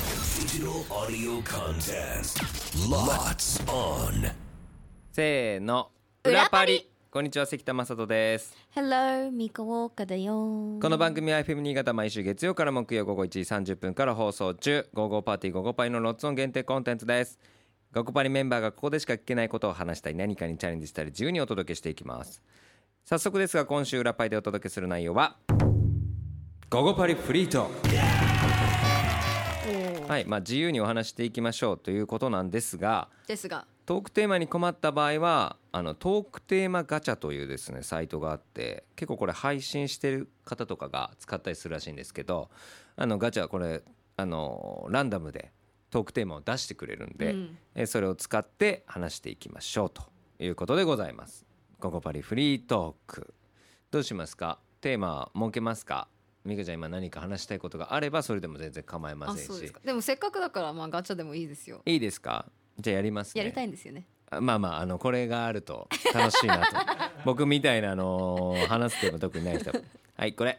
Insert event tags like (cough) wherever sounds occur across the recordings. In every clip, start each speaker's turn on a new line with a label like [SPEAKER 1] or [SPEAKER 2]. [SPEAKER 1] Digital audio contest. Lots on.
[SPEAKER 2] せーの
[SPEAKER 3] 裏パリ
[SPEAKER 2] こんにちは関田正人です
[SPEAKER 3] Hello, ミカウォーカーだよ
[SPEAKER 2] この番組は FM 新潟毎週月曜から木曜午後1時30分から放送中「午後パーティー午後パリ」のロッツオン限定コンテンツです午後パリメンバーがここでしか聞けないことを話したり何かにチャレンジしたり自由にお届けしていきます早速ですが今週裏パリでお届けする内容は「午後パリフリートーク」はいまあ自由にお話していきましょうということなんですが
[SPEAKER 3] ですが
[SPEAKER 2] トークテーマに困った場合はあのトークテーマガチャというですねサイトがあって結構これ配信してる方とかが使ったりするらしいんですけどあのガチャはこれあのランダムでトークテーマを出してくれるんで、
[SPEAKER 3] うん
[SPEAKER 2] えそれを使って話していきましょうということでございます。ここパリフリートークどうしますかテーマ設けますかみかちゃん今何か話したいことがあればそれでも全然構いま
[SPEAKER 3] あ
[SPEAKER 2] せん
[SPEAKER 3] そうです
[SPEAKER 2] し
[SPEAKER 3] かでもせっかくだからまあガチャでもいいですよ
[SPEAKER 2] いいですかじゃあやりますね。
[SPEAKER 3] やりたいんですよね
[SPEAKER 2] あまあまああのこれがあると楽しい
[SPEAKER 3] (laughs)
[SPEAKER 2] なと僕みたいなあのー話すテーマ特にない人はいこれ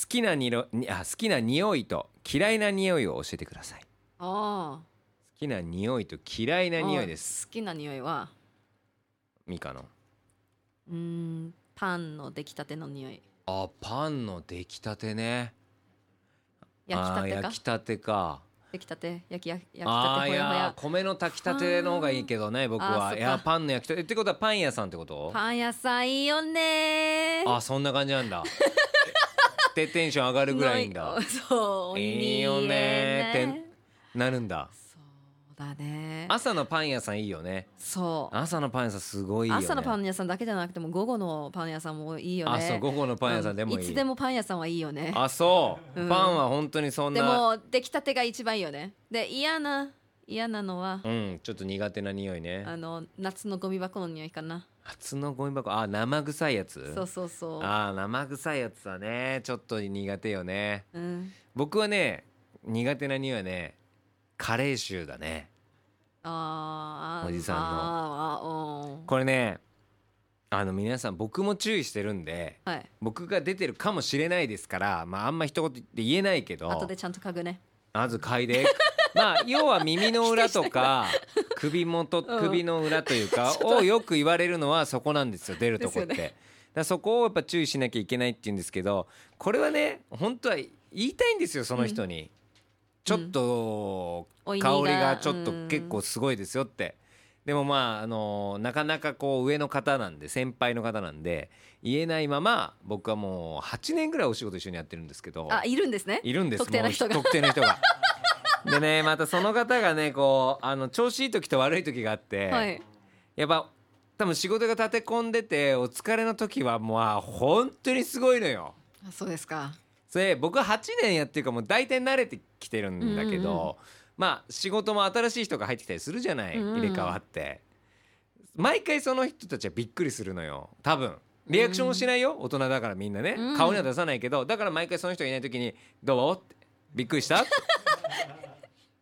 [SPEAKER 2] 好きなにろにあ好きな匂いと嫌いな匂いを教えてください好
[SPEAKER 3] あ
[SPEAKER 2] きな匂いと嫌い
[SPEAKER 3] あ
[SPEAKER 2] な匂いです
[SPEAKER 3] 好きな匂いは
[SPEAKER 2] ミカの
[SPEAKER 3] うーんパンの出来たての匂い
[SPEAKER 2] あパンの出来たてね
[SPEAKER 3] 焼きた
[SPEAKER 2] あー焼きた
[SPEAKER 3] てか
[SPEAKER 2] てか
[SPEAKER 3] 出来たて焼きや焼き
[SPEAKER 2] あ
[SPEAKER 3] た
[SPEAKER 2] あ
[SPEAKER 3] て
[SPEAKER 2] い
[SPEAKER 3] ほやほ
[SPEAKER 2] や
[SPEAKER 3] や
[SPEAKER 2] 米の炊きたての方がいいけどね僕
[SPEAKER 3] あー
[SPEAKER 2] は
[SPEAKER 3] そっか
[SPEAKER 2] いやパンの焼きたてってことはパン屋さんってこと
[SPEAKER 3] パン屋さんいいよね
[SPEAKER 2] あそんな感じなん
[SPEAKER 3] (laughs)
[SPEAKER 2] だでテンション上がるぐらいんだ
[SPEAKER 3] のそう
[SPEAKER 2] いいよねなるんだ
[SPEAKER 3] そうだね
[SPEAKER 2] (laughs) 朝のパン屋さんいいよね
[SPEAKER 3] そう
[SPEAKER 2] 朝のパン屋さんすごいいいよね
[SPEAKER 3] 朝のパン屋さんだけじゃなくても午後のパン屋さんもいいよね
[SPEAKER 2] あそう午後のパン屋さんでもいい,、
[SPEAKER 3] うんいつでもパン屋さんはいいよね
[SPEAKER 2] あそう、
[SPEAKER 3] うん
[SPEAKER 2] パンは本当にそん
[SPEAKER 3] で
[SPEAKER 2] な
[SPEAKER 3] も出来たてが一番いいよねで嫌な嫌なのは、
[SPEAKER 2] うんちょっと苦手な匂いね
[SPEAKER 3] あの夏のゴミ箱の匂いかな
[SPEAKER 2] 初のゴミ箱あ生臭いやつ
[SPEAKER 3] そうそうそう、
[SPEAKER 2] あ生臭いやつはねちょっと苦手よね
[SPEAKER 3] うん、
[SPEAKER 2] 僕はね苦手な匂いはねカレー臭だね
[SPEAKER 3] あーあー
[SPEAKER 2] おじさんの
[SPEAKER 3] あーあーうん
[SPEAKER 2] これねあの皆さん僕も注意してるんで
[SPEAKER 3] はい
[SPEAKER 2] 僕が出てるかもしれないですからまああんま一言で言えないけど
[SPEAKER 3] 後でちゃんと嗅ぐね
[SPEAKER 2] まず嗅い
[SPEAKER 3] (laughs)
[SPEAKER 2] でまあ要は耳の裏とか首元
[SPEAKER 3] うん
[SPEAKER 2] 首の裏というかをよく言われるのはそこなんですよ出るとこって。
[SPEAKER 3] です
[SPEAKER 2] だからそこをやっぱ注意しなきゃいけないって言うんですけどこれはね本当は言いたいんですよその人に、ちょっと香
[SPEAKER 3] お
[SPEAKER 2] り
[SPEAKER 3] いにが
[SPEAKER 2] がちょっと
[SPEAKER 3] うん
[SPEAKER 2] 結構すごいですよって。でもまあ、あのなかなかこう上の方なんで先輩の方なんで言えないまま僕はもう8年ぐらいお仕事一緒にやってるんですけど
[SPEAKER 3] あいるんですね
[SPEAKER 2] いるんです
[SPEAKER 3] 特定の人が
[SPEAKER 2] もう特定の人がでねまたその方がねこうあの調子いい時と悪い時があって、
[SPEAKER 3] はい
[SPEAKER 2] やっぱ多分仕事が立て込んでてお疲れの時はもうあ本当にすごいのよ。
[SPEAKER 3] あそうですか
[SPEAKER 2] それ僕は8年やってるからもう大体慣れてきてるんだけど、
[SPEAKER 3] うんうんう
[SPEAKER 2] まあ仕事も新しい人が入ってきたりするじゃない、
[SPEAKER 3] うんうん
[SPEAKER 2] 入れ替わって毎回その人たちはびっくりするのよ多分リアクションもしないよ、大人だからみんなね、
[SPEAKER 3] うん
[SPEAKER 2] 顔には出さないけどだから毎回その人がいない時に「どう?」って「びっくり
[SPEAKER 3] (laughs)
[SPEAKER 2] した?」って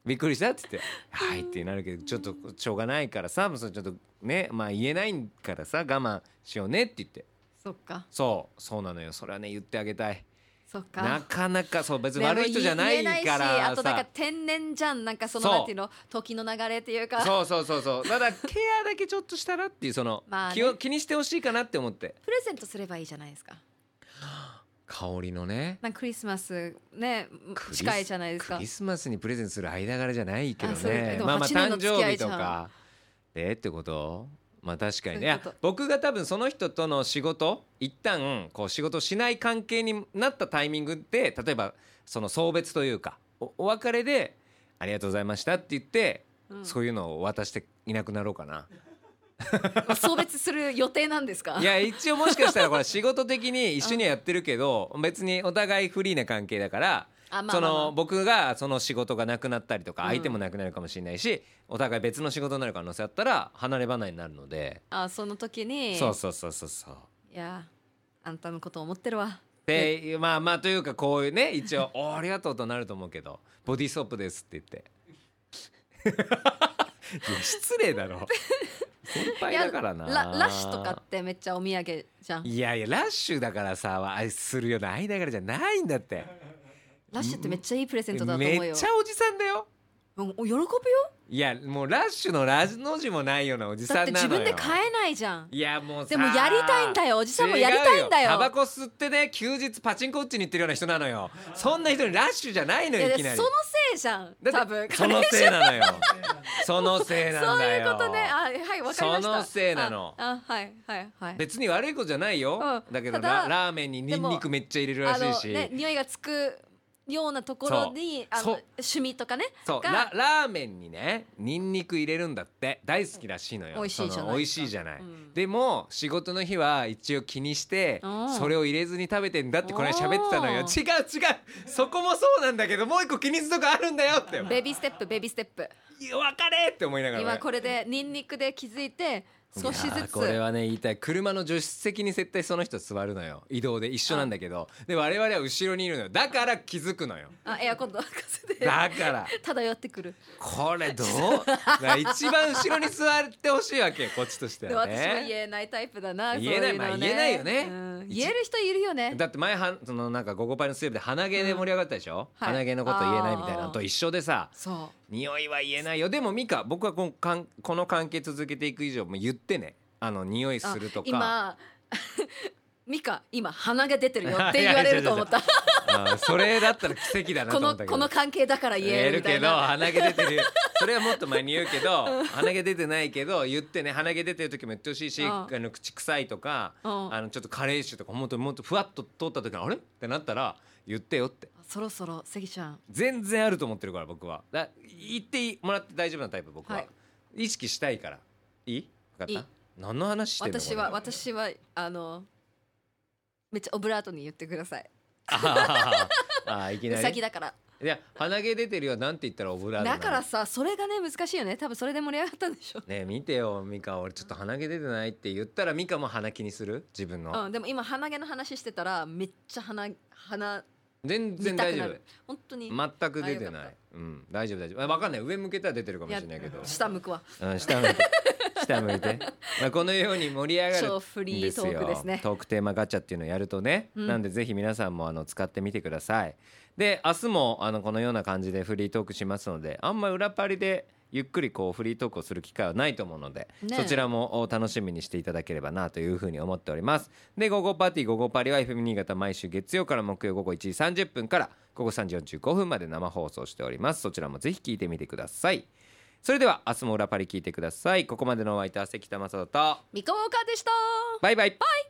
[SPEAKER 2] びっくりした?」って言って「はい」ってなるけどちょっとしょうがないからさもうそれちょっとねまあ言えないからさ我慢しようねって言って
[SPEAKER 3] そっか
[SPEAKER 2] そうそうなのよそれはね言ってあげたい。
[SPEAKER 3] そっか
[SPEAKER 2] なかなかそう別に悪い人じゃない
[SPEAKER 3] でも言
[SPEAKER 2] か
[SPEAKER 3] え言えないしあ
[SPEAKER 2] ら
[SPEAKER 3] となんか
[SPEAKER 2] さ
[SPEAKER 3] 天然じゃんなんかその
[SPEAKER 2] そう
[SPEAKER 3] なんていうの時の流れっていうか
[SPEAKER 2] そうそうそうそうただケアだけちょっとしたらっていうその
[SPEAKER 3] (laughs) まあね
[SPEAKER 2] 気を気にしてほしいかなって思って
[SPEAKER 3] プレゼントすればいいじゃないですか
[SPEAKER 2] 香りのね
[SPEAKER 3] なんかクリスマスね
[SPEAKER 2] クリス
[SPEAKER 3] 近いじゃないですか
[SPEAKER 2] クリスマスにプレゼントする間柄じゃないけど
[SPEAKER 3] あそうだ
[SPEAKER 2] ね
[SPEAKER 3] けど
[SPEAKER 2] まあまあ
[SPEAKER 3] 8年
[SPEAKER 2] 誕
[SPEAKER 3] の付き
[SPEAKER 2] 生
[SPEAKER 3] 合
[SPEAKER 2] 日
[SPEAKER 3] いじゃ
[SPEAKER 2] と
[SPEAKER 3] ん
[SPEAKER 2] かでってことまあ確かにねい
[SPEAKER 3] そうい
[SPEAKER 2] や
[SPEAKER 3] うこと
[SPEAKER 2] 僕が多分その人との仕事一旦こう仕事しない関係になったタイミングで例えばその送別というかおお別れで「ありがとうございました」って言って
[SPEAKER 3] うん
[SPEAKER 2] そういうのを渡していなくなろうかな。
[SPEAKER 3] 送別する予定なんですか
[SPEAKER 2] いや一応もしかしたらこれ仕事的に一緒にはやってるけど別にお互いフリーな関係だから
[SPEAKER 3] あまあ
[SPEAKER 2] そ
[SPEAKER 3] まあまあ
[SPEAKER 2] の僕がその仕事がなくなったりとか
[SPEAKER 3] うん
[SPEAKER 2] 相手もなくなるかもしれないしお互い別の仕事になる可能性あったら離れ離れになるので
[SPEAKER 3] あその時に
[SPEAKER 2] そうそうそうそうそう。
[SPEAKER 3] いやあんたのこと思ってるわ
[SPEAKER 2] でまあまあというかこういうね一応「 (laughs) おーありがとう」となると思うけど「ボディーソープです」って言って。
[SPEAKER 3] (laughs)
[SPEAKER 2] いや失礼だ
[SPEAKER 3] (laughs)
[SPEAKER 2] ろ先輩だからない
[SPEAKER 3] やララッシュとかってめっちゃお土産じゃん
[SPEAKER 2] いやいやラッシュだからさあれするような間柄じゃないんだって
[SPEAKER 3] ラッシュってめっちゃいいプレゼントだと思うよ
[SPEAKER 2] めっちゃおじさんだよ
[SPEAKER 3] もうお喜びよ
[SPEAKER 2] いやもうラッシュのラジの字もないようなおじ
[SPEAKER 3] だ
[SPEAKER 2] さ
[SPEAKER 3] っ
[SPEAKER 2] ん
[SPEAKER 3] て
[SPEAKER 2] な
[SPEAKER 3] 自
[SPEAKER 2] のよ
[SPEAKER 3] 分で買えないじゃん
[SPEAKER 2] いやもうさ
[SPEAKER 3] でもやりたいんだよおじさんもやりたいんだよ
[SPEAKER 2] 違うタバコ吸ってね休日パチンコ打ちに行ってるような人なのよそんな人にラッシュじゃないの
[SPEAKER 3] いや
[SPEAKER 2] よい
[SPEAKER 3] で
[SPEAKER 2] きなり
[SPEAKER 3] そのせいじゃん
[SPEAKER 2] だって
[SPEAKER 3] 多分
[SPEAKER 2] そのせいなの
[SPEAKER 3] (laughs)
[SPEAKER 2] よそのせいなん
[SPEAKER 3] そう
[SPEAKER 2] だ
[SPEAKER 3] い
[SPEAKER 2] よ
[SPEAKER 3] うことねあはいわかりました
[SPEAKER 2] そのせいなの
[SPEAKER 3] ああはいはいはい
[SPEAKER 2] 別に悪いことじゃないよ、
[SPEAKER 3] うん
[SPEAKER 2] だけど
[SPEAKER 3] た
[SPEAKER 2] ラ
[SPEAKER 3] だ
[SPEAKER 2] ラーメンにニンニクめっちゃ入れるら
[SPEAKER 3] あ
[SPEAKER 2] しい
[SPEAKER 3] の
[SPEAKER 2] し、
[SPEAKER 3] ね匂いがつくようなところにあの
[SPEAKER 2] そう
[SPEAKER 3] 趣味とかね
[SPEAKER 2] そうラ
[SPEAKER 3] が
[SPEAKER 2] ラーメンにねニンニク入れるんだって大好きらしいのよ
[SPEAKER 3] 美味しいじゃない
[SPEAKER 2] その美味しいじゃない、
[SPEAKER 3] ん
[SPEAKER 2] でも仕事の日は一応気にして
[SPEAKER 3] うん
[SPEAKER 2] それを入れずに食べてんだってこれ喋ってたのよ違う違う
[SPEAKER 3] おー
[SPEAKER 2] そこもそうなんだけどもう一個気にするとこあるんだよって
[SPEAKER 3] ベビーステップベビーステップ
[SPEAKER 2] いや別れって思いながら
[SPEAKER 3] 今これでニンニクで気づいて少し
[SPEAKER 2] いや
[SPEAKER 3] ず
[SPEAKER 2] ー
[SPEAKER 3] つ
[SPEAKER 2] これはね言いたい車の助手席に絶対その人座るのよ移動で一緒なんだけどで我々は後ろにいるのよだから気づくのよ
[SPEAKER 3] あエアコンの (laughs) 風で
[SPEAKER 2] だから
[SPEAKER 3] 漂ってくる
[SPEAKER 2] これどうな一番後ろに座ってほしいわけこっちとして
[SPEAKER 3] で
[SPEAKER 2] は
[SPEAKER 3] も私も
[SPEAKER 2] ね
[SPEAKER 3] 言えないタイプだな
[SPEAKER 2] 言えない
[SPEAKER 3] そううのは
[SPEAKER 2] まあ言えないよね
[SPEAKER 3] うん
[SPEAKER 2] 一
[SPEAKER 3] 言える人いるよね
[SPEAKER 2] だって前はそのなんか「ゴゴパイ」のスープで鼻毛で盛り上がったでしょ、
[SPEAKER 3] うんはい
[SPEAKER 2] 鼻毛のこと言えないみたいなのと一緒でさ
[SPEAKER 3] そ
[SPEAKER 2] 匂いは言えないよでもミカ僕はこのかんこの関係続けていく以上もう言ってねあの匂いう
[SPEAKER 3] あ
[SPEAKER 2] するとか
[SPEAKER 3] 今 (laughs) ミカ今鼻が出てるよ
[SPEAKER 2] (laughs)
[SPEAKER 3] って言われると思った
[SPEAKER 2] あーそれだったら奇跡だなと
[SPEAKER 3] こ
[SPEAKER 2] 思っ
[SPEAKER 3] の
[SPEAKER 2] たけど
[SPEAKER 3] この関係だから言
[SPEAKER 2] 言
[SPEAKER 3] え
[SPEAKER 2] え
[SPEAKER 3] る
[SPEAKER 2] る
[SPEAKER 3] みた
[SPEAKER 2] け
[SPEAKER 3] い
[SPEAKER 2] ど
[SPEAKER 3] な
[SPEAKER 2] 鼻毛出てるそれはもっと前に言うけど鼻毛出てないけど言ってね鼻毛出てる時も言ってほしいし
[SPEAKER 3] うん
[SPEAKER 2] あの口臭いとか
[SPEAKER 3] うん
[SPEAKER 2] あのちょっとカレー臭とかもっともっとふわっと通った時にあれってなったら言ってよって
[SPEAKER 3] そろそろ関ちゃん
[SPEAKER 2] 全然あると思ってるから僕はだ言ってもらって大丈夫なタイプ僕は、
[SPEAKER 3] はい
[SPEAKER 2] 意識したいからいい分
[SPEAKER 3] い
[SPEAKER 2] かっ
[SPEAKER 3] い
[SPEAKER 2] た何の話してんの
[SPEAKER 3] 私は
[SPEAKER 2] これ
[SPEAKER 3] 私はあのめっちゃオブラートに言ってください
[SPEAKER 2] (laughs) あーあーいき
[SPEAKER 3] う
[SPEAKER 2] な
[SPEAKER 3] さ
[SPEAKER 2] り
[SPEAKER 3] ぎだから
[SPEAKER 2] いや鼻毛出てるよなんて言ったらオブラートな
[SPEAKER 3] だ
[SPEAKER 2] の
[SPEAKER 3] からさそれがね難しいよね多分それで盛り上がったんでしょ
[SPEAKER 2] ねえ見てよミカ俺ちょっと鼻毛出てないって言ったらミカも鼻気にする自分の、
[SPEAKER 3] うん、でも今鼻毛の話してたらめっちゃ鼻鼻
[SPEAKER 2] 全
[SPEAKER 3] 見
[SPEAKER 2] 然
[SPEAKER 3] た
[SPEAKER 2] 大
[SPEAKER 3] く
[SPEAKER 2] 丈
[SPEAKER 3] な
[SPEAKER 2] 夫
[SPEAKER 3] る本当に、
[SPEAKER 2] 全く出て
[SPEAKER 3] あよ
[SPEAKER 2] な
[SPEAKER 3] かっ
[SPEAKER 2] いうん大丈夫大丈夫あわかんない上向けたら出てるかもしれないけど
[SPEAKER 3] 下向くわ
[SPEAKER 2] うん、下向いて下向いて、まあ、このように盛り上がる
[SPEAKER 3] 超フリートークですね
[SPEAKER 2] トークテーマガチャっていうのをやるとね、
[SPEAKER 3] うん
[SPEAKER 2] なんでぜひ皆さんもあの使ってみてくださいで明日もあのこのような感じでフリートークしますのであんま裏パリでゆっくりこうフリートークをする機会はないと思うので、
[SPEAKER 3] ねえ
[SPEAKER 2] そちらもお楽しみにしていただければなというふうに思っておりますで「午後パーティー午後パリ」は FM 新潟毎週月曜から木曜午後1時30分から午後3時45分まで生放送しておりますそちらもぜひ聞いてみてくださいそれでは明日も裏パリ聞いてくださいここまでのお相手は関田正人と
[SPEAKER 3] ミカウォーカーでした
[SPEAKER 2] バイバイバイ